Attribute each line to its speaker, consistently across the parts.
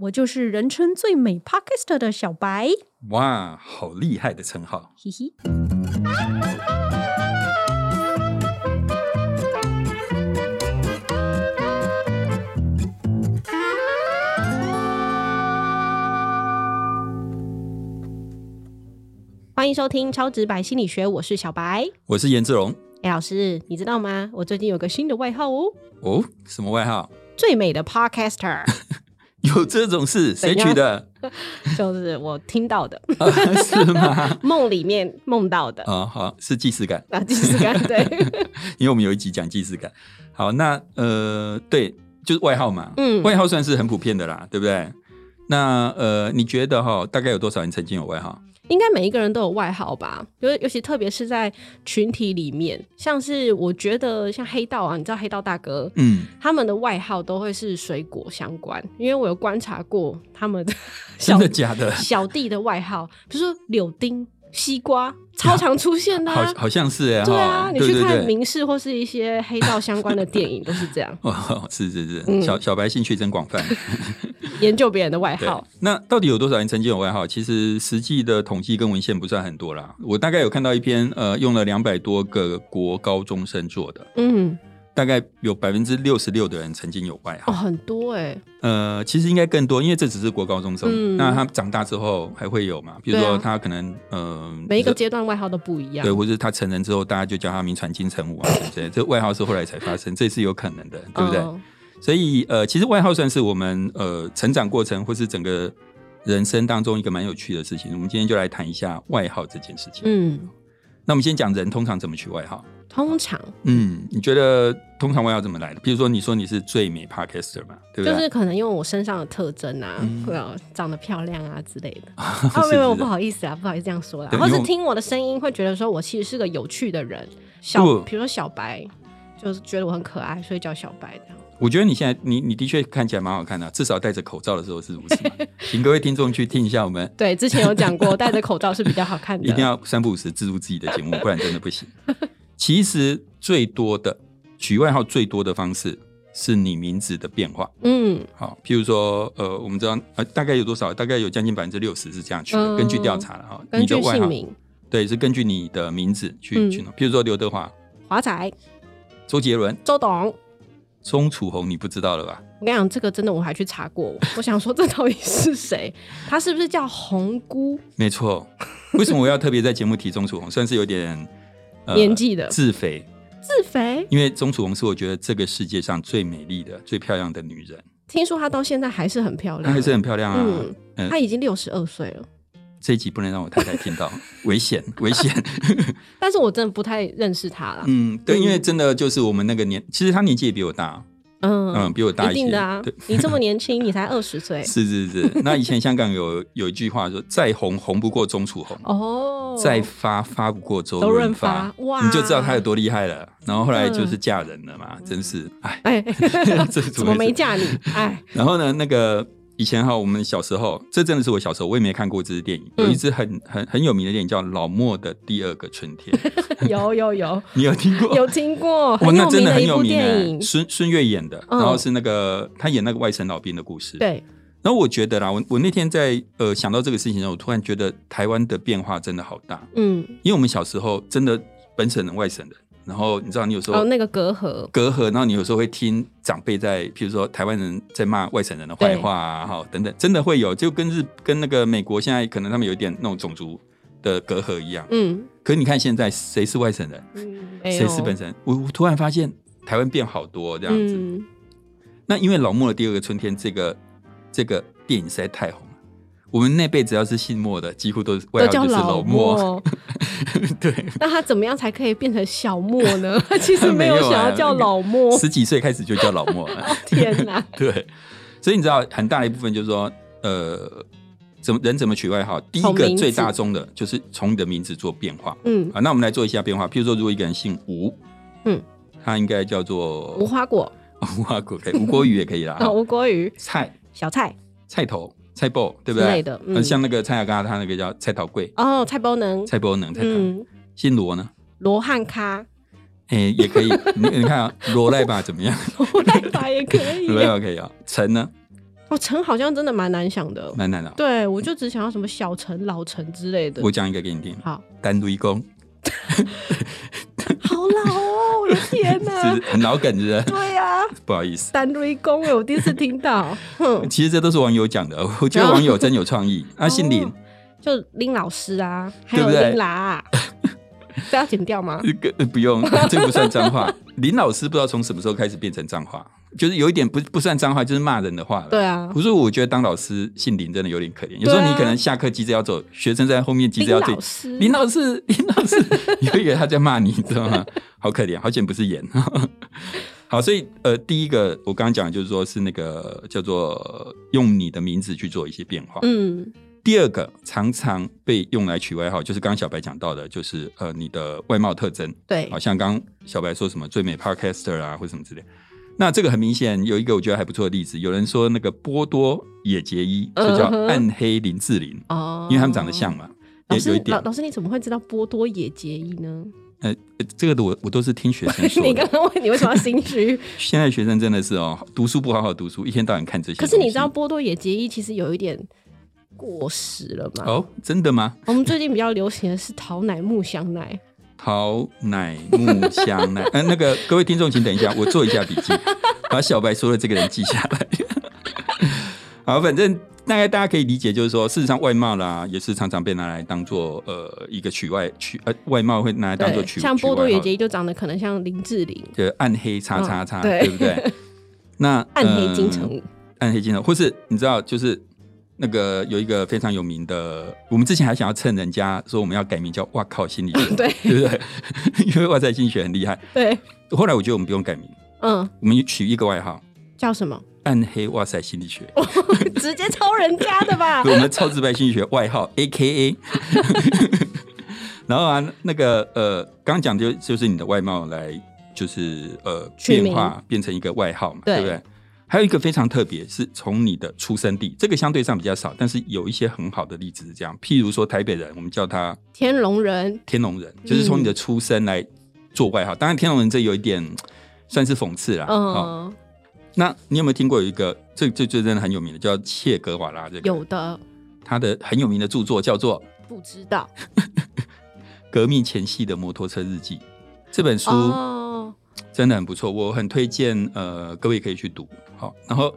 Speaker 1: 我就是人称最美 p o d c a s t 的小白，
Speaker 2: 哇，好厉害的称号！
Speaker 1: 嘿嘿。欢迎收听《超直白心理学》，我是小白。
Speaker 2: 我是颜志龙。
Speaker 1: 哎，老师，你知道吗？我最近有个新的外号哦，
Speaker 2: 哦，什么外号？
Speaker 1: 最美的 Podcaster，
Speaker 2: 有这种事？谁
Speaker 1: 怎样
Speaker 2: 取 的？
Speaker 1: 就是我听到的，
Speaker 2: 啊是吗？
Speaker 1: 梦里面梦到的。
Speaker 2: 哦，好，是既视感，
Speaker 1: 啊，即视感对，
Speaker 2: 因为我们有一集讲既视感。好，那呃，对，就是外号嘛。
Speaker 1: 嗯
Speaker 2: 外号算是很普遍的啦，对不对？那呃，你觉得哈，大概有多少人曾经有外号？
Speaker 1: 应该每一个人都有外号吧？就是尤其特别是在群体里面，像是我觉得像黑道啊，你知道黑道大哥，
Speaker 2: 嗯，
Speaker 1: 他们的外号都会是水果相关，因为我有观察过他 们的
Speaker 2: 真
Speaker 1: 小
Speaker 2: 的假的？
Speaker 1: 小弟的外号，比如说柳丁、西瓜，超常出现的、
Speaker 2: 好
Speaker 1: 啊，。
Speaker 2: 好像是哎，
Speaker 1: 对
Speaker 2: 哈
Speaker 1: 啊，你
Speaker 2: 对
Speaker 1: 去
Speaker 2: 对
Speaker 1: 看
Speaker 2: 对。
Speaker 1: 明视或是一些黑道相关的电影都是这 样，
Speaker 2: 哦，是是是，
Speaker 1: 嗯
Speaker 2: 小小白兴趣真广泛。
Speaker 1: 研究别人的外
Speaker 2: 对
Speaker 1: 号。，
Speaker 2: 那到底有多少人曾经有外号？其实实际的统计跟文献不算很多啦。我大概有看到一篇，呃，用了两百多个国高中生做的，
Speaker 1: 嗯，
Speaker 2: 大概有百分之六十六的人曾经有外
Speaker 1: 哦，
Speaker 2: 号。
Speaker 1: 很多哎、
Speaker 2: 呃，其实应该更多，因为这只是国高中生，
Speaker 1: 嗯
Speaker 2: 那他长大之后还会有嘛？比如
Speaker 1: 对
Speaker 2: 说
Speaker 1: 啊
Speaker 2: 他可能，呃，
Speaker 1: 每一个阶段外号都不一样
Speaker 2: 对，。或者是他成人之后，大家就叫他名传金城武啊，对不对？这外号是后来才发生，这是有可能的，对不对？
Speaker 1: 嗯
Speaker 2: 所以呃，其实外号算是我们呃成长过程或是整个人生当中一个蛮有趣的事情。我们今天就来谈一下外号这件事情。
Speaker 1: 嗯，
Speaker 2: 那我们先讲人通常怎么取外号。
Speaker 1: 通常
Speaker 2: 嗯，你觉得通常外号怎么来的？比如说你说你是最美 podcaster 嘛，对不
Speaker 1: 就
Speaker 2: 对？
Speaker 1: 是可能用我身上的特征啊，
Speaker 2: 嗯
Speaker 1: 对啊，长得漂亮啊之类的。
Speaker 2: 是
Speaker 1: 哦，没有，
Speaker 2: 是
Speaker 1: 不好意思啊，不好意思这样说啦。
Speaker 2: 对
Speaker 1: 或
Speaker 2: 因
Speaker 1: 是
Speaker 2: 为我
Speaker 1: 听我的声音会觉得说我其实是个有趣的人，小
Speaker 2: 不，
Speaker 1: 比如说小白，就是觉得我很可爱，所以叫小白这样。
Speaker 2: 我觉得你现在你你的确看起来蛮好看的，至少戴着口罩的时候是如 此嘛。请各位听众去听一下我们。
Speaker 1: 对，之前有讲过，戴着口罩是比较好看
Speaker 2: 一定
Speaker 1: 的。
Speaker 2: 要三不五时自入自己的节目，不然真的不行。其实最多的取外号最多的方式是你名字的变化。
Speaker 1: 嗯
Speaker 2: 好，譬如说，呃，我们知道，呃，大概有多少？大概有将近百分之六十是这样取的。
Speaker 1: 嗯
Speaker 2: 根据调查了哈，
Speaker 1: 根
Speaker 2: 你的
Speaker 1: 据
Speaker 2: 外
Speaker 1: 姓
Speaker 2: 号
Speaker 1: 名，
Speaker 2: 对，是根据你的名字去、
Speaker 1: 嗯
Speaker 2: 去弄。譬如说刘德华、
Speaker 1: 华仔、
Speaker 2: 周杰伦、
Speaker 1: 周董。
Speaker 2: 钟楚红，你不知道了吧？
Speaker 1: 我跟你讲，这个真的我还去查过，我想说这到底是谁？他是不是叫红姑？
Speaker 2: 没错。为什么我要特别在节目提钟楚红？算是有点、呃
Speaker 1: 年纪的
Speaker 2: 自肥，
Speaker 1: 自肥？
Speaker 2: 因为钟楚红是我觉得这个世界上最美丽的、最漂亮的女人。
Speaker 1: 听说她到现在还是很漂
Speaker 2: 她
Speaker 1: 亮，
Speaker 2: 还是很漂亮啊。
Speaker 1: 嗯
Speaker 2: 嗯
Speaker 1: 她已经六十二岁了。
Speaker 2: 这一集不能让我太太听到， 危险，危险。
Speaker 1: 但是我真的不太认识他啦。
Speaker 2: 嗯，对，
Speaker 1: 嗯
Speaker 2: 因为真的就是我们那个年，其实她年纪也比我大，
Speaker 1: 嗯
Speaker 2: 嗯，比我大
Speaker 1: 一
Speaker 2: 些。
Speaker 1: 定的啊
Speaker 2: 对，
Speaker 1: 你这么年轻，你才二十 岁
Speaker 2: 是是是。那以前香港有有一句话说：“再红红不过钟楚红，
Speaker 1: 哦，
Speaker 2: 再发发不过周
Speaker 1: 周润
Speaker 2: 润
Speaker 1: 发
Speaker 2: 发。”
Speaker 1: 哇嗯
Speaker 2: 你就知道她有多厉害了。然后后来就是嫁人了嘛，真是哎，
Speaker 1: 哎，
Speaker 2: 这是
Speaker 1: 怎么
Speaker 2: 回
Speaker 1: 没
Speaker 2: 事
Speaker 1: 嫁你？哎，
Speaker 2: 然后呢，那个以前哈，我们小时候，这真的是我小时候，我也没看过这支电影。
Speaker 1: 嗯
Speaker 2: 有一支很很很有名的电影叫《老莫的第二个春天》，
Speaker 1: 有有有
Speaker 2: 你有听 过？
Speaker 1: 有听过，
Speaker 2: 哇，
Speaker 1: 很
Speaker 2: 那
Speaker 1: 有
Speaker 2: 真
Speaker 1: 名
Speaker 2: 的
Speaker 1: 的
Speaker 2: 很
Speaker 1: 一
Speaker 2: 有
Speaker 1: 部
Speaker 2: 名
Speaker 1: 电
Speaker 2: 哎，
Speaker 1: 影，
Speaker 2: 孙孙悦演的，
Speaker 1: 嗯
Speaker 2: 然后是那个他演那个外省老兵的故事。。
Speaker 1: 对，
Speaker 2: 然后我觉得啦，我我那天在呃想到这个事情的时候，我突然觉得台湾的变化真的好大，
Speaker 1: 嗯，
Speaker 2: 因为我们小时候真的本省人外省人，然后你知道你有时
Speaker 1: 哦，
Speaker 2: 候
Speaker 1: 那个隔阂，
Speaker 2: 隔阂，然后你有时候会听长辈在，譬如说台湾人在骂外省人的坏话啊，哈等等，真的会有，就跟日跟那个美国现在可能他们有一点那种种族的隔阂一样。
Speaker 1: 嗯
Speaker 2: 可是你看现在谁是外省人？
Speaker 1: 嗯，没
Speaker 2: 谁
Speaker 1: 有
Speaker 2: 是本身？我我突然发现台湾变好多这样子。
Speaker 1: 嗯，
Speaker 2: 那因为老莫的第二个春天这个这个电影实在太红了，我们那辈只要是姓莫的，几乎都是
Speaker 1: 都
Speaker 2: 外号
Speaker 1: 叫
Speaker 2: 就是
Speaker 1: 老
Speaker 2: 老莫。
Speaker 1: 莫，
Speaker 2: 对，
Speaker 1: 那他怎么样才可以变成小莫 呢？他 其实没
Speaker 2: 没有
Speaker 1: 想
Speaker 2: 啊
Speaker 1: 要叫老莫，
Speaker 2: 十几岁开始就叫老莫了。
Speaker 1: 天哪，
Speaker 2: 对，所以你知道很大一部分就是说，呃，怎么人怎么取外号？第一
Speaker 1: 从
Speaker 2: 个
Speaker 1: 名字
Speaker 2: 最大宗的就是从你的名字做变化
Speaker 1: 嗯，
Speaker 2: 啊。那我们来做一下变化，譬如说，如果一个人姓吴，
Speaker 1: 嗯，
Speaker 2: 他应该叫做
Speaker 1: 无花果，
Speaker 2: 吴阿古，可以，吴国宇也 可以啦。
Speaker 1: 啊，
Speaker 2: 哈
Speaker 1: 吴国瑜，
Speaker 2: 蔡
Speaker 1: 小蔡
Speaker 2: 菜头、菜包，对
Speaker 1: 之
Speaker 2: 不对？
Speaker 1: 类的，
Speaker 2: 呃
Speaker 1: 嗯，
Speaker 2: 像那个蔡雅刚他那个叫菜头贵、
Speaker 1: 哦，蔡包能，
Speaker 2: 菜包能、菜头、
Speaker 1: 嗯，
Speaker 2: 姓罗呢？
Speaker 1: 罗汉咖，
Speaker 2: 哎、也可以。你你看啊，罗赖吧怎么样？
Speaker 1: 我代打也可以啊
Speaker 2: 罗。赖吧可以啊。陈呢？
Speaker 1: 哦，城好像真的蛮难想的。
Speaker 2: 蛮难的。啊
Speaker 1: 对，我就只想要什么小城、老城之类的。
Speaker 2: 我讲一个给你听，
Speaker 1: 好，
Speaker 2: 单独一公
Speaker 1: 好老哦，我的天
Speaker 2: 是
Speaker 1: 哪！
Speaker 2: 不是很老梗，是不是
Speaker 1: 对呀、啊，
Speaker 2: 不好意思。
Speaker 1: 单瑞公，我第一次听到。哼，
Speaker 2: 其实这都是网友讲的，我觉得网友真有 创意。啊，姓林
Speaker 1: 哦，就林老师啊，还
Speaker 2: 对
Speaker 1: 有
Speaker 2: 不对
Speaker 1: 林啦、 这要剪掉吗？
Speaker 2: 这个呃不用，这不算脏话。林老师不知道从什么时候开始变成脏话，就是有一点不不算脏话，就是骂人的话了。
Speaker 1: 对啊，
Speaker 2: 不是，我觉得当老师姓林真的有点可怜。有时候
Speaker 1: 对啊
Speaker 2: 你可能下课急着要走，学生在后面急
Speaker 1: 林
Speaker 2: 着要走
Speaker 1: 老，师，
Speaker 2: 林老师， 林老师，你会以为他在骂你，你知 道吗？好可怜，好险不是演。 好，所以呃，第一个我刚刚讲的就是说是那个叫做呃用你的名字去做一些变化。
Speaker 1: 嗯，
Speaker 2: 第二个常常被用来取外号，就是刚刚小白讲到的，就是呃你的外貌特征，
Speaker 1: 对
Speaker 2: 好，像刚刚小白说什么最美 podcaster 啊，或什么之类。那这个很明显有一个我觉得还不错的例子，有人说那个波多野结衣就叫
Speaker 1: 嗯哼
Speaker 2: 暗黑林志玲，
Speaker 1: 哦，
Speaker 2: 因为他们长得像。嘛，
Speaker 1: 老
Speaker 2: 也有一
Speaker 1: 师，
Speaker 2: 点
Speaker 1: 老。老师，你怎么会知道波多野结衣呢？
Speaker 2: 呃，呃这个我我都是听学生说
Speaker 1: 你刚
Speaker 2: 的。
Speaker 1: 刚问你为什么要心虚，
Speaker 2: 现在学生真的是哦，读书不好好读书，一天到晚看这些
Speaker 1: 可
Speaker 2: 东西。
Speaker 1: 是你知道波多野结衣其实有一点过时了嘛？
Speaker 2: 哦，真的吗？
Speaker 1: 我们最近比较流行的是桃奶木香奶，
Speaker 2: 桃乃木香奈， 呃，那个各位听众请等一下，我做一下笔记， 把小白说的这个人记下来。 好，反正大概大家可以理解，就是说，事实上外貌啦，也是常常被拿来当做呃一个取外取呃外貌会拿来当做
Speaker 1: 对，
Speaker 2: 取
Speaker 1: 像波多野结
Speaker 2: 衣，
Speaker 1: 衣就长得可能像林志玲，
Speaker 2: 就暗黑叉叉叉，
Speaker 1: 嗯对
Speaker 2: 对不对？那
Speaker 1: 暗黑金
Speaker 2: 呃
Speaker 1: 城武，
Speaker 2: 暗黑金城，或是你知道，就是那个有一个非常有名的，我们之前还想要蹭人家说我们要改名叫“哇靠心理学”，
Speaker 1: 对
Speaker 2: 对 不对？因为哇塞心理学很厉害。
Speaker 1: 对，
Speaker 2: 后来我觉得我们不用改名，
Speaker 1: 嗯，
Speaker 2: 我们取一个外号
Speaker 1: 叫什么？
Speaker 2: “暗黑哇塞心理学”，
Speaker 1: 直接抄人家的吧
Speaker 2: 对，？我们超直白心理学外号 A K A。然后啊，那个呃，刚刚讲就就是你的外貌来，就是呃
Speaker 1: 取
Speaker 2: 变
Speaker 1: 名
Speaker 2: 化变成一个外号嘛，
Speaker 1: 对
Speaker 2: 对不对？还有一个非常特别，是从你的出生地，这个相对上比较少，但是有一些很好的例子是这样，譬如说台北人，我们叫他
Speaker 1: 天龙人，
Speaker 2: 天龙人，就是从你
Speaker 1: 嗯
Speaker 2: 的出生来做外号。当然，天龙人这有一点算是讽刺啦。哦，
Speaker 1: 嗯，
Speaker 2: 那你有没有听过有一个这这这真的很有名的叫切格瓦拉这个？
Speaker 1: 有的
Speaker 2: 他的很有名的著作叫做
Speaker 1: 不知道
Speaker 2: 革命前夕的摩托车日记这本书
Speaker 1: 哦，
Speaker 2: 真的很不错，我很推荐呃各位可以去读。好，然后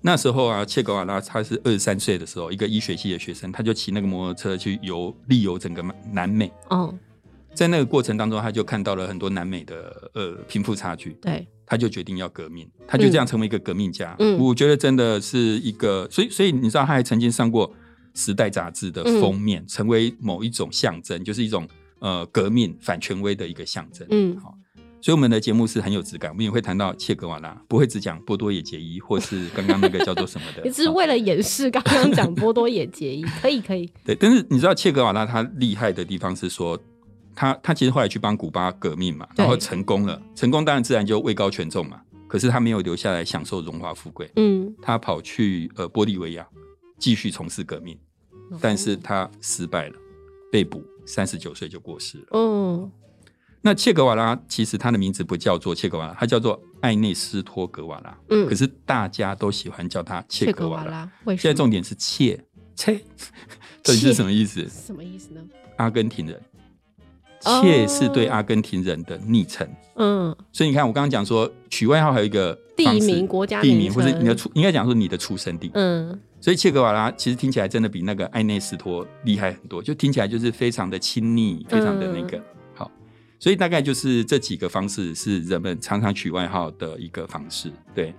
Speaker 2: 那时候啊，切格瓦拉他是二十三岁的时候，一个医学系的学生，他就骑那个摩托车去游历游整个南美，
Speaker 1: 嗯，
Speaker 2: 在那个过程当中，他就看到了很多南美的呃贫富差距，
Speaker 1: 对，
Speaker 2: 他就决定要革命，他就这样成为一个革命家。
Speaker 1: 嗯
Speaker 2: 我觉得真的是一个，所以所以你知道，他还曾经上过《时代》杂志的
Speaker 1: 嗯
Speaker 2: 封面，成为某一种象征，就是一种呃革命反权威的一个象征。
Speaker 1: 嗯
Speaker 2: 好，所以我们的节目是很有质感，我们也会谈到切格瓦拉，不会只讲波多野结衣或是刚刚那个叫做什么 的。啊
Speaker 1: 你只是
Speaker 2: 好
Speaker 1: 为了掩饰刚刚讲波多野结衣，可以可以，
Speaker 2: 对，但是你知道切格瓦拉他厉害的地方是说，他他其实后来去帮古巴革命嘛，
Speaker 1: 对
Speaker 2: 然后成功了，成功当然自然就位高权重嘛。可是他没有留下来享受荣华富贵，
Speaker 1: 嗯，
Speaker 2: 他跑去呃玻利维亚继续从事革命，
Speaker 1: 哦
Speaker 2: 但是他失败了，被捕，三十九岁就过世了。
Speaker 1: 嗯，
Speaker 2: 那切格瓦拉其实他的名字不叫做切格瓦拉，他叫做艾内斯托格瓦拉，
Speaker 1: 嗯
Speaker 2: 可是大家都喜欢叫他切
Speaker 1: 切
Speaker 2: 格
Speaker 1: 格
Speaker 2: 瓦
Speaker 1: 瓦
Speaker 2: 拉。
Speaker 1: 拉，为
Speaker 2: 现
Speaker 1: 什么？
Speaker 2: 在重点是切切，到底是
Speaker 1: 切
Speaker 2: 什么意思？
Speaker 1: 什么意思呢？
Speaker 2: 阿根廷人，
Speaker 1: 哦
Speaker 2: 切是对阿根廷人的昵称。
Speaker 1: 嗯，
Speaker 2: 所以你看，我刚刚讲说取外号还有一个
Speaker 1: 地
Speaker 2: 方式
Speaker 1: 名国家
Speaker 2: 地
Speaker 1: 名
Speaker 2: 名，或者
Speaker 1: 称
Speaker 2: 你的出应该讲说你的出生地。
Speaker 1: 嗯，
Speaker 2: 所以切格瓦拉其实听起来真的比那个艾内斯托厉害很多，就听起来就是非常的亲昵，非常的那个、好。所以大概就是这几个方式是人们常常取外号的一个方式。对，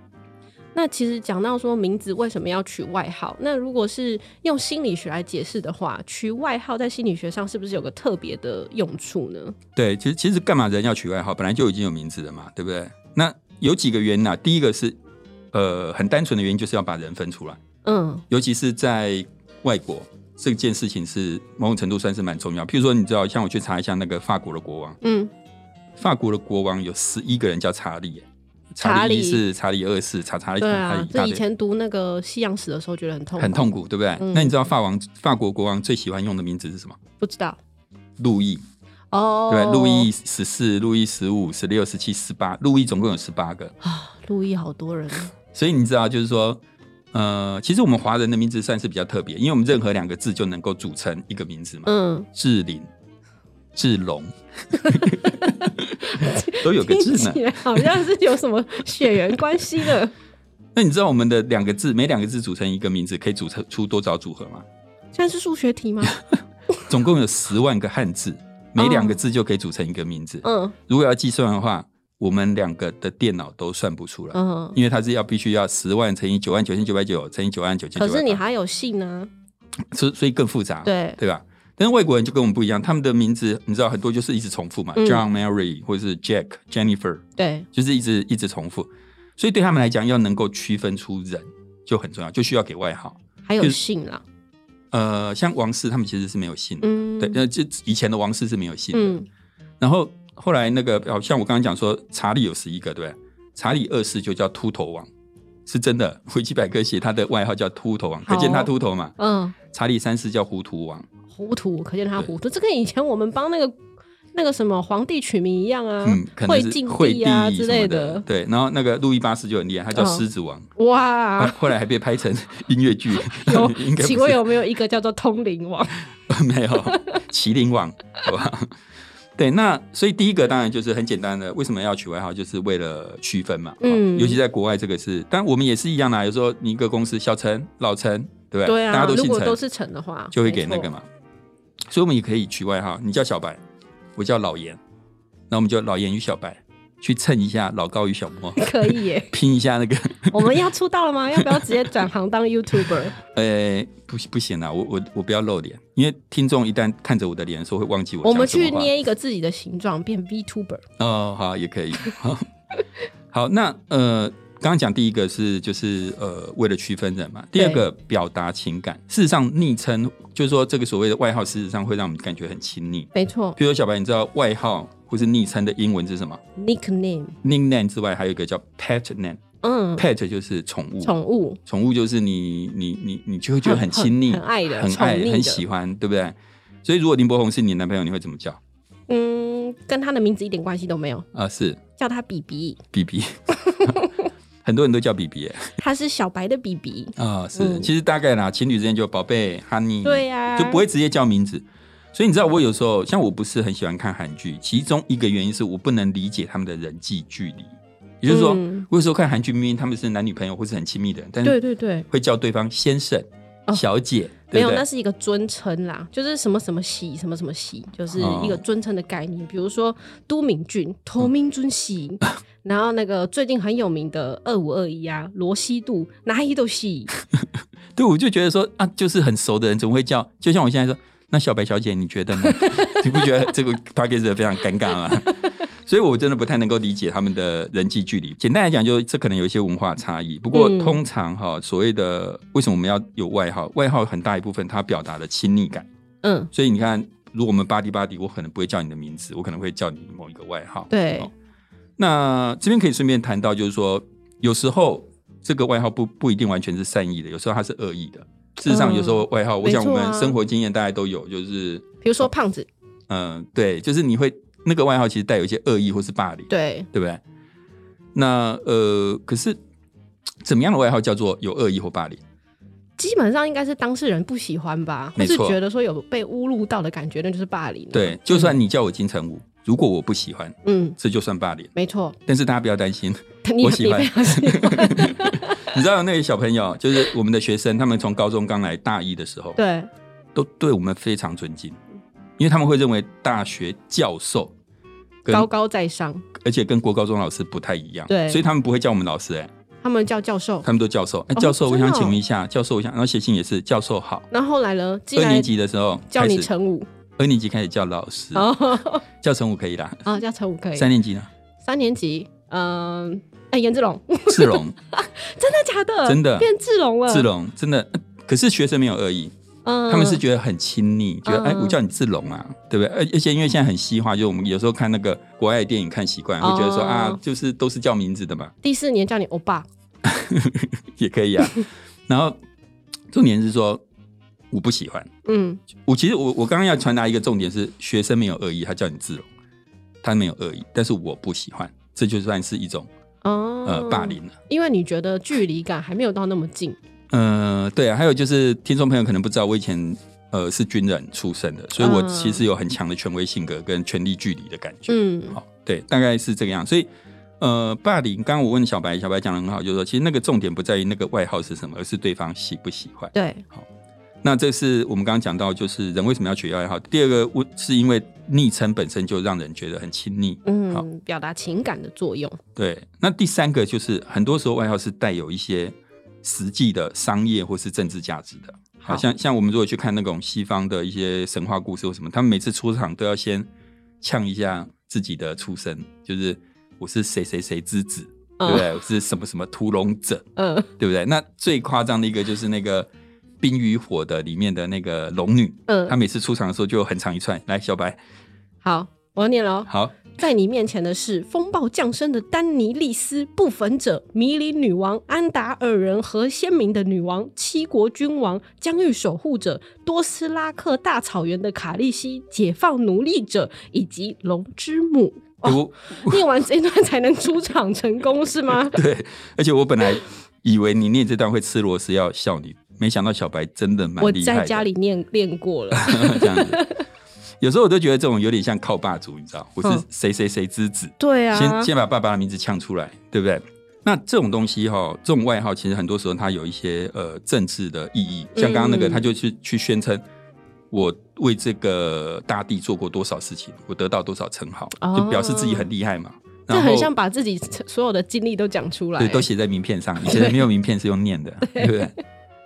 Speaker 1: 那其实讲到说名字为什么要取外号，那如果是用心理学来解释的话，取外号在心理学上是不是有个特别的用处呢？
Speaker 2: 对，其实其实干嘛人要取外号？本来就已经有名字了嘛，对不对？那有几个原因啊，第一个是呃很单纯的原因，就是要把人分出来，
Speaker 1: 嗯，
Speaker 2: 尤其是在外国这件事情是某种程度算是蛮重要。譬如说，你知道，像我去查一下那个法国的国王，
Speaker 1: 嗯，
Speaker 2: 法国的国王有十一个人叫查理耶，
Speaker 1: 查理
Speaker 2: 一世、查理二世、查查理，
Speaker 1: 对
Speaker 2: 查理
Speaker 1: 啊
Speaker 2: 一，大
Speaker 1: 这以
Speaker 2: 堆
Speaker 1: 前读那个西洋史的时候觉得很痛苦，
Speaker 2: 很痛苦，对不对？
Speaker 1: 嗯
Speaker 2: 那你知道法王法国国王最喜欢用的名字是什么？
Speaker 1: 不知道
Speaker 2: 路易，
Speaker 1: 哦
Speaker 2: 对，不对？路易十四、路易十五、十六、十七、十八，路易总共有十八个。
Speaker 1: 啊，路易好多人哦，
Speaker 2: 所以你知道，就是说，呃，其实我们华人的名字算是比较特别，因为我们任何两个字就能够组成一个名字嘛，
Speaker 1: 嗯，
Speaker 2: 志玲、志 龙， 都有个
Speaker 1: 听
Speaker 2: 志呢
Speaker 1: 起。来好像是有什么血缘关系的。
Speaker 2: 那你知道我们的两个字，每两个字组成一个名字，可以组成出多少组合吗？
Speaker 1: 现在是数学题吗？
Speaker 2: 总共有十万个汉字，每两个字就可以组成一个名字。
Speaker 1: 嗯
Speaker 2: 如果要计算的话，我们两个的电脑都算不出来，
Speaker 1: 嗯，
Speaker 2: 因为它是要必须要十万乘以九万九千九百九乘以九万九千九
Speaker 1: 可
Speaker 2: 百。
Speaker 1: 是你还有姓呢、
Speaker 2: 所以所以更复杂，
Speaker 1: 对
Speaker 2: 对吧？但是外国人就跟我们不一样，他们的名字你知道很多就是一直重复嘛、
Speaker 1: 嗯
Speaker 2: j o h n Mary 或者是 Jack、Jennifer，
Speaker 1: 对，
Speaker 2: 就是一直一直重复，所以对他们来讲，要能够区分出人就很重要，就需要给外号。
Speaker 1: 还有姓啦。
Speaker 2: 呃，像王室他们其实是没有姓的，
Speaker 1: 嗯，
Speaker 2: 对，那这以前的王室是没有姓的。
Speaker 1: 嗯
Speaker 2: 然后后来那个，好像我刚刚讲说，查理有十一个，对不对？查理二世就叫秃头王，是真的。维基百科写他的外号叫秃头王，可见他
Speaker 1: 好
Speaker 2: 秃头嘛。
Speaker 1: 嗯，
Speaker 2: 查理三世叫糊涂王，
Speaker 1: 糊涂，可见他糊涂。这跟以前我们帮那个那个什么皇帝取名一样啊，
Speaker 2: 嗯，可能
Speaker 1: 惠
Speaker 2: 是
Speaker 1: 敬
Speaker 2: 惠帝
Speaker 1: 啊之
Speaker 2: 什么
Speaker 1: 类
Speaker 2: 的。。对，然后那个路易八世就很厉害，他叫
Speaker 1: 哦
Speaker 2: 狮子王，后
Speaker 1: 哇，
Speaker 2: 后来还被拍成音乐剧。
Speaker 1: 啊有
Speaker 2: 应该不是
Speaker 1: 请问有没有一个叫做通灵王？
Speaker 2: 没有麒麟王，好吧？ 对，那所以第一个当然就是很简单的，为什么要取外号，就是为了区分嘛。
Speaker 1: 嗯
Speaker 2: 哦尤其在国外这个是，但我们也是一样啦。啊有时候你一个公司小陈、老陈，对不对？
Speaker 1: 对啊，
Speaker 2: 大家都
Speaker 1: 如
Speaker 2: 姓
Speaker 1: 果
Speaker 2: 陈，
Speaker 1: 都是陈的话，
Speaker 2: 就会
Speaker 1: 没
Speaker 2: 给那
Speaker 1: 错
Speaker 2: 个。嘛。所以我们也可以取外号，你叫小白，我叫老严，那我们就老严与小白去蹭一下老高与小莫，
Speaker 1: 可以 耶，
Speaker 2: 拼一下那个。
Speaker 1: 我们要出道了吗？要不要直接转行当 YouTuber？
Speaker 2: 呃，不不行啦，我我我不要露脸，因为听众一旦看着我的脸的时候会忘 记我
Speaker 1: 我们
Speaker 2: 讲什么
Speaker 1: 去
Speaker 2: 话
Speaker 1: 捏一个自己的形状，变 VTuber。
Speaker 2: 哦，好，也可以。好， 好，那呃，刚刚讲第一个是就是呃，为了区分人嘛。第二个表达情感，事实上昵称就是说这个所谓的外号，事实上会让我们感觉很亲昵。
Speaker 1: 没错
Speaker 2: 比如说小白，你知道外号或是昵称的英文是什么
Speaker 1: ，nickname，
Speaker 2: ？nickname 之外，还有一个叫 pet name，pet
Speaker 1: 嗯，
Speaker 2: 就是宠物。
Speaker 1: 宠物，
Speaker 2: 宠物就是你你你你就会觉得
Speaker 1: 很
Speaker 2: 很亲昵、
Speaker 1: 很很爱的
Speaker 2: 很
Speaker 1: 宠
Speaker 2: 爱、
Speaker 1: 溺的
Speaker 2: 很喜欢，对不对？所以如果林柏宏是你男朋友，你会怎么叫？
Speaker 1: 嗯，跟他的名字一点关系都没有，
Speaker 2: 啊、是
Speaker 1: 叫他 BB，
Speaker 2: B B，很多人都叫 B B 耶。
Speaker 1: 他是小白的 BB。
Speaker 2: 啊、是，
Speaker 1: 嗯
Speaker 2: 其实大概啦，情侣之间就宝贝、honey，
Speaker 1: 对呀
Speaker 2: 嗯就不会直接叫名字。所以你知道，我有时候像我不是很喜欢看韩剧，其中一个原因是我不能理解他们的人际距离，也就是说，
Speaker 1: 嗯
Speaker 2: 我有时候看韩剧，明明他们是男女朋友或是很亲密的人，但
Speaker 1: 对
Speaker 2: 是
Speaker 1: 对对，
Speaker 2: 会叫对方先生、
Speaker 1: 哦
Speaker 2: 小姐，
Speaker 1: 没
Speaker 2: 对
Speaker 1: 有，
Speaker 2: 不对
Speaker 1: 那？是一个尊称啦，就是什么什么喜，什么什么喜，就是
Speaker 2: 哦
Speaker 1: 一个尊称的概念。比如说都敏俊、头明尊喜，
Speaker 2: 嗯
Speaker 1: 然后那个最近很有名的二五二一啊、罗西度、哪一都喜，
Speaker 2: 对，我就觉得说啊，就是很熟的人怎么会叫？就像我现在说，那小白小姐，你觉得呢？ 你不觉得这个 p a c k a g e 非常尴尬吗？ 所以我真的不太能够理解他们的人际距离。简单来讲，就这可能有一些文化差异。不过
Speaker 1: 嗯
Speaker 2: 通常哈、所谓的为什么我们要有外号？外号很大一部分它表达的亲昵感。
Speaker 1: 嗯，
Speaker 2: 所以你看，如果我们巴迪巴迪，我可能不会叫你的名字，我可能会叫你某一个外号。
Speaker 1: 对
Speaker 2: 哦那这边可以顺便谈到，就是说，有时候这个外号不不一定完全是善意的，有时候它是恶意的。事实上，
Speaker 1: 嗯
Speaker 2: 有时候外号，我想
Speaker 1: 没
Speaker 2: 我
Speaker 1: 错啊
Speaker 2: 们生活经验大家都有，就是
Speaker 1: 比如说胖子，
Speaker 2: 嗯、对，就是你会那个外号其实带有一些恶意或是霸凌，
Speaker 1: 对，
Speaker 2: 对不对？那呃，可是怎么样的外号叫做有恶意或霸凌？
Speaker 1: 基本上应该是当事人不喜欢吧，或
Speaker 2: 没
Speaker 1: 是
Speaker 2: 错
Speaker 1: 觉得说有被侮辱到的感觉，那就是霸凌。，
Speaker 2: 对，就算你叫我金城武，如果我不喜欢，
Speaker 1: 嗯，
Speaker 2: 这就算霸凌。
Speaker 1: 没 错，
Speaker 2: 但是大家不要担心，
Speaker 1: 你
Speaker 2: 我喜
Speaker 1: 你
Speaker 2: 欢
Speaker 1: 非常喜 欢，
Speaker 2: 你知道那些小朋友，就是我们的学生，他们从高中刚来大一的时候，
Speaker 1: 对，
Speaker 2: 都对我们非常尊敬，因为他们会认为大学教授跟
Speaker 1: 高高在上，
Speaker 2: 而且跟国高中老师不太一样，
Speaker 1: 对
Speaker 2: 所以他们不会叫我们老师、哎，
Speaker 1: 他们叫教授。
Speaker 2: 他们都教授，哎、
Speaker 1: 哦
Speaker 2: 教授，我
Speaker 1: 真的
Speaker 2: 想
Speaker 1: 哦
Speaker 2: 请问一下，教授，我想，然后写信也是教授好。
Speaker 1: 那后来呢？竟
Speaker 2: 二
Speaker 1: 然
Speaker 2: 年级的时候
Speaker 1: 叫
Speaker 2: 开
Speaker 1: 你
Speaker 2: 始，
Speaker 1: 陈武，
Speaker 2: 二年级开始叫老师，
Speaker 1: 哦，
Speaker 2: 叫成武可以啦。
Speaker 1: 啊，叫陈武可以。
Speaker 2: 三年级呢，
Speaker 1: 三年级，嗯、哎、颜志 龙，
Speaker 2: 志 龙，
Speaker 1: 真的假的？
Speaker 2: 真的
Speaker 1: 变志龙了。
Speaker 2: 志，龙真的，呃可是学生没有恶意，
Speaker 1: 嗯
Speaker 2: 他们是觉得很亲昵，觉得哎、
Speaker 1: 嗯
Speaker 2: 我叫你志龙啊，对不对？而而且因为现在很西化，就我们有时候看那个国外的电影看习惯，会觉得说、
Speaker 1: 哦
Speaker 2: 啊，就是都是叫名字的嘛。
Speaker 1: 第四年叫你欧巴，
Speaker 2: 也可以啊。然后重点是说，我不喜欢。
Speaker 1: 嗯，
Speaker 2: 我其实我我刚刚要传达一个重点是，学生没有恶意，他叫你自容，他没有恶意，但是我不喜欢，这就算是一种
Speaker 1: 哦，
Speaker 2: 呃霸，凌了。
Speaker 1: 因为你觉得距离感还没有到那么近，
Speaker 2: 呃，对啊，还有就是听众朋友可能不知道，我以前呃是军人出身的，所以我
Speaker 1: 嗯
Speaker 2: 其实有很强的权威性格跟权力距离的感觉。
Speaker 1: 嗯
Speaker 2: 好，对，大概是这个样。所以，呃，霸凌，刚刚我问小白，小白讲的很好，就是说，其实那个重点不在于那个外号是什么，而是对方喜不喜欢。
Speaker 1: 对，
Speaker 2: 那这是我们刚刚讲到，就是人为什么要取外号？第二个，我是因为昵称本身就让人觉得很亲密。好
Speaker 1: 嗯，表达情感的作用，
Speaker 2: 对，那第三个就是很多时候外号是带有一些实际的商业或是政治价值的。好
Speaker 1: 好
Speaker 2: 像像我们如果去看那种西方的一些神话故事或什么，他们每次出场都要先呛一下自己的出身，就是我是谁谁谁之子，对不对？我是什么什么屠龙者，
Speaker 1: 嗯、
Speaker 2: 对不对？那最夸张的一个就是那个《冰与火》的里面的那个龙女，
Speaker 1: 嗯
Speaker 2: 她每次出场的时候就有很长一串。来，小白，
Speaker 1: 好，我要念喽。
Speaker 2: 好，
Speaker 1: 在你面前的是风暴降生的丹尼利斯不焚者、迷离女王安达尔人和先民的女王、七国君王、疆域守护者、多斯拉克大草原的卡利西、解放奴隶者以及龙之母。
Speaker 2: 哎我
Speaker 1: 念完这一段才能出场 成功是吗？
Speaker 2: 对，而且我本来以为你念这段会吃螺丝要笑你，没想到小白真的蛮
Speaker 1: 我
Speaker 2: 厉害的。
Speaker 1: 在家里念练过了，
Speaker 2: 这样子，有时候我都觉得这种有点像靠霸主，你知道，我是
Speaker 1: 嗯
Speaker 2: 谁谁谁之子，
Speaker 1: 对啊
Speaker 2: 先，先把爸爸的名字呛出来，对不对？那这种东西哈、这种外号其实很多时候它有一些呃政治的意义，像刚刚那个，
Speaker 1: 嗯
Speaker 2: 他就去去宣称我为这个大地做过多少事情，我得到多少称号，就表示自己很厉害嘛。
Speaker 1: 哦这
Speaker 2: 然后
Speaker 1: 很像把自己所有的经历都讲出来
Speaker 2: 对，，都写在名片上。以前没有名片是用念的，对不对？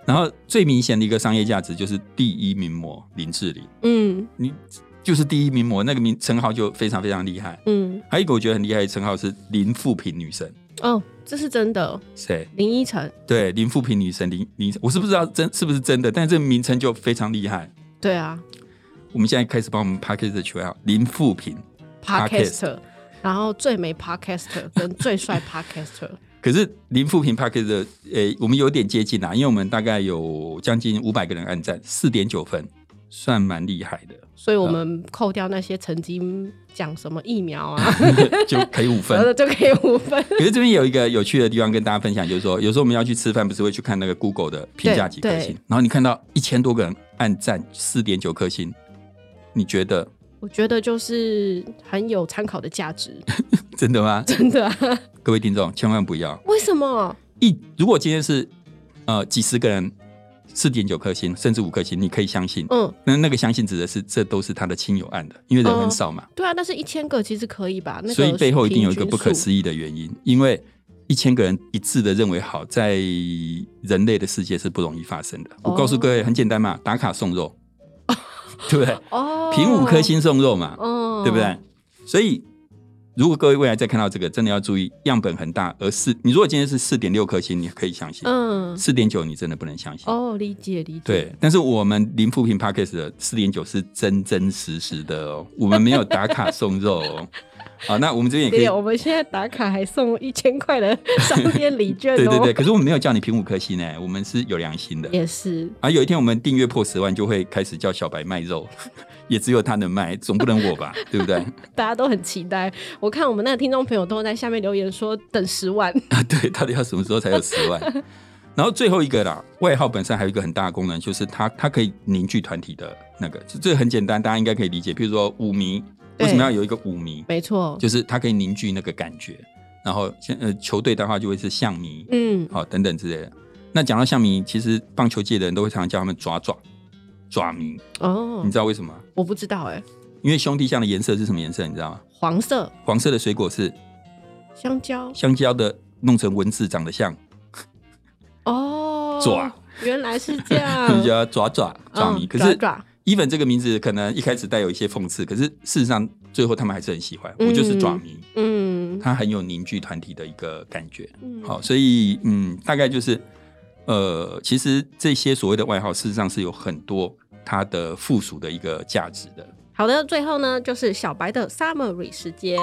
Speaker 2: 然后最明显的一个商业价值就是第一名模林志玲，
Speaker 1: 嗯
Speaker 2: 你就是第一名模那个名称号就非常非常厉害。
Speaker 1: 嗯，
Speaker 2: 还有一个我觉得很厉害的称号是林富平女神，
Speaker 1: 哦，这是真的，
Speaker 2: 谁？
Speaker 1: 林依晨，
Speaker 2: 对，林富平女神林林，我是不知道真是不是真的，但这个名称就非常厉害。
Speaker 1: 对啊，
Speaker 2: 我们现在开始帮我们 p a c k a g e 取外号林富平，Podcast
Speaker 1: podcaster，然后最美 podcaster 跟最帅 podcaster，
Speaker 2: 可是林富平 p a c k a g e 的，诶、我们有点接近啦，因为我们大概有将近五百个人按赞，四点九分，算蛮厉害的。
Speaker 1: 所以我们扣掉那些曾经讲什么疫苗啊，
Speaker 2: 就可以五
Speaker 1: 然
Speaker 2: 分。
Speaker 1: 后就可以五分。
Speaker 2: 可是这边有一个有趣的地方跟大家分享，就是说，有时候我们要去吃饭，不是会去看那个 Google 的评价几颗星
Speaker 1: 对，
Speaker 2: 然后你看到一千多个人按赞四点九颗星，你觉得
Speaker 1: 我觉得就是很有参考的价值，
Speaker 2: 真的吗？
Speaker 1: 真的、啊。
Speaker 2: 各位听众千万不要
Speaker 1: 为什么？
Speaker 2: 一，如果今天是呃几十个人四点九颗星，甚至五颗星，你可以相信，
Speaker 1: 嗯，
Speaker 2: 那那个相信指的是这都是他的亲友按的，因为人很少嘛。
Speaker 1: 对啊，但是一千个其实可以吧？那个
Speaker 2: 所以背后一定有一个不可
Speaker 1: 议。
Speaker 2: 思议的原因，因为一千个人一致的认为好，在人类的世界是不容易发生的。我告
Speaker 1: 哦
Speaker 2: 诉各位，很简单嘛，打卡送肉， 对不对？
Speaker 1: 哦，
Speaker 2: 评五颗，星送肉嘛，
Speaker 1: 嗯，
Speaker 2: 对不对？？所以，如果各位未来再看到这个，真的要注意，样本很大，而是你如果今天是四点六颗星，你可以相信；
Speaker 1: 嗯，
Speaker 2: 四点九你真的不能相信。
Speaker 1: 哦，理解理解。
Speaker 2: 对，但是我们零负评 p a c k a g e 的四点九是真真实实的哦，我们没有打卡送肉 哦。好，那我们这边也可
Speaker 1: 对
Speaker 2: 以
Speaker 1: 呀，我们现在打卡还送一千块的商店礼券哦。
Speaker 2: 对对对，可是我们没有叫你评五颗星呢，我们是有良心的。
Speaker 1: 也是，
Speaker 2: 啊，有一天我们订阅破十万，就会开始叫小白卖肉， 也只有他能卖，总不能我吧，对不对？
Speaker 1: 大家都很期待。我看我们那个听众朋友都在下面留言说等十万，
Speaker 2: 啊， 对，到底要什么时候才有 十万？然后最后一个啦，外号本身还有一个很大的功能，就是它它可以凝聚团体的那个，这这很简单，大家应该可以理解。比如说舞迷，为
Speaker 1: 对
Speaker 2: 什么要有一个舞迷？
Speaker 1: 没错，
Speaker 2: 就是它可以凝聚那个感觉。然后像呃球队的话，就会是象迷，
Speaker 1: 嗯，
Speaker 2: 好、等等之类的。那讲到象迷，其实棒球界的人都会常常叫他们爪爪爪迷，
Speaker 1: 哦
Speaker 2: 你，知道为什么吗？
Speaker 1: 我不知道哎，
Speaker 2: 因为兄弟象的颜色是什么颜色？你知道吗？
Speaker 1: 黄色
Speaker 2: 黄色的水果是
Speaker 1: 香蕉
Speaker 2: 香蕉的，弄成文字长得像，
Speaker 1: 哦，
Speaker 2: 爪，
Speaker 1: 原来是这样
Speaker 2: 就，叫爪爪爪迷。
Speaker 1: 嗯
Speaker 2: 可
Speaker 1: 爪
Speaker 2: 是
Speaker 1: 爪
Speaker 2: even 这个名字可能一开始带有一些讽刺，可是事实上最后他们还是很喜欢。我就是爪迷，
Speaker 1: 嗯
Speaker 2: 它很有凝聚团体的一个感觉。
Speaker 1: 嗯，
Speaker 2: 好，所以嗯，大概就是呃，其实这些所谓的外号，事实上是有很多它的附属的一个价值的。
Speaker 1: 好的，最后呢就是小白的 summary 时间。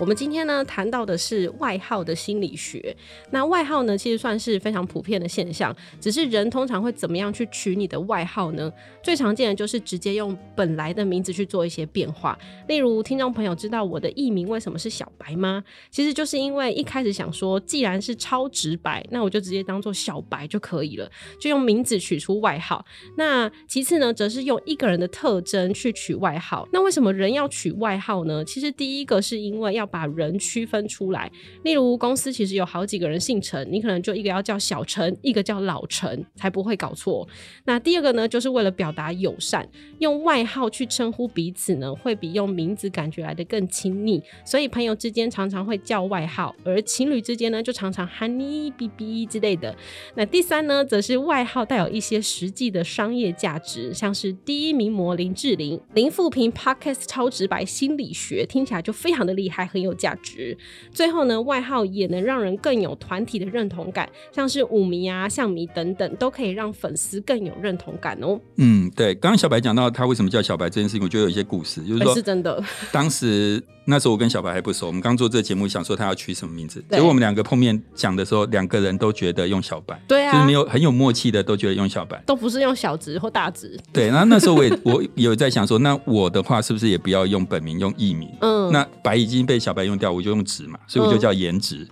Speaker 1: 我们今天呢谈到的是外号的心理学。那外号呢，其实算是非常普遍的现象，只是人通常会怎么样去取你的外号呢？最常见的就是直接用本来的名字去做一些变化，例如听众朋友知道我的艺名为什么是小白吗？其实就是因为一开始想说，既然是超直白，那我就直接当做小白就可以了，就用名字取出外号。那其次呢，则是用一个人的特征去取外号。那为什么人要取外号呢？其实第一个是因为要把人区分出来，例如公司其实有好几个人姓陈，你可能就一个要叫小陈，一个叫老陈，才不会搞错。那第二个呢，就是为了表达友善，用外号去称呼彼此呢，会比用名字感觉来的更亲密，所以朋友之间常常会叫外号，而情侣之间呢，就常常喊你 B B 之类的。那第三呢，则是外号带有一些实际的商业价值，像是第一名模林志玲、林富平 Podcast 超直白心理学，听起来就非常的厉害，很有价值。最后呢，外号也能让人更有团体的认同感，像是舞迷啊、象迷等等，都可以让粉丝更有认同感哦。
Speaker 2: 嗯，对，刚刚小白讲到他为什么叫小白这件事情，我觉得有一些故事，就是
Speaker 1: 哎
Speaker 2: 说
Speaker 1: 是真的，
Speaker 2: 当时那时候我跟小白还不熟，我们刚做这节目，想说他要取什么名字，
Speaker 1: 对
Speaker 2: 结果我们两个碰面讲的时候，两个人都觉得用小白，
Speaker 1: 对
Speaker 2: 就是
Speaker 1: 啊
Speaker 2: 没，有很有默契的，都觉得用小白。
Speaker 1: 都不是用小值或大值，
Speaker 2: 对，然后那时候我 也我有在想说，那我的话是不是也不要用本名，用艺名？
Speaker 1: 嗯，
Speaker 2: 那白已经被小白用掉，我就用直嘛，所以我就叫颜值。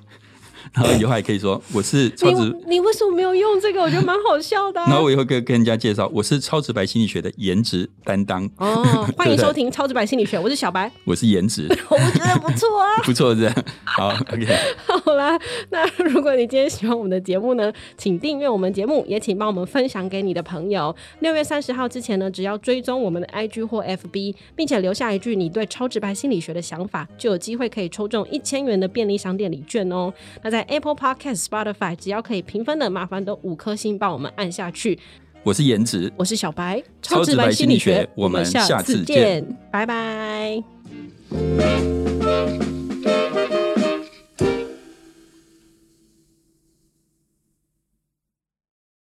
Speaker 2: 然后以后还可以说我是超直，
Speaker 1: 你你为什么没有用这个？我觉得蛮好笑 的、啊。
Speaker 2: 然后我以后跟跟人家介绍我是超直白心理学的颜值担当，
Speaker 1: 哦，欢迎
Speaker 2: 对
Speaker 1: 收听《超直白心理学》，我是小白，
Speaker 2: 我是颜值，
Speaker 1: 我觉得不错啊。
Speaker 2: 不错的。好，OK，
Speaker 1: 好啦，那如果你今天喜欢我们的节目呢，请订阅我们节目，也请帮我们分享给你的朋友。六月三十号之前呢，只要追踪我们的 IG 或 FB，并且留下一句你对超直白心理学的想法，就有机会可以抽中一千元的便利商店礼券哦。那在 Apple Podcast、Spotify，只要可以评分的，麻烦都五颗星帮我们按下去。
Speaker 2: 我是颜值。
Speaker 1: 我是小白，
Speaker 2: 超直白心理学我们下次见，
Speaker 1: 拜拜。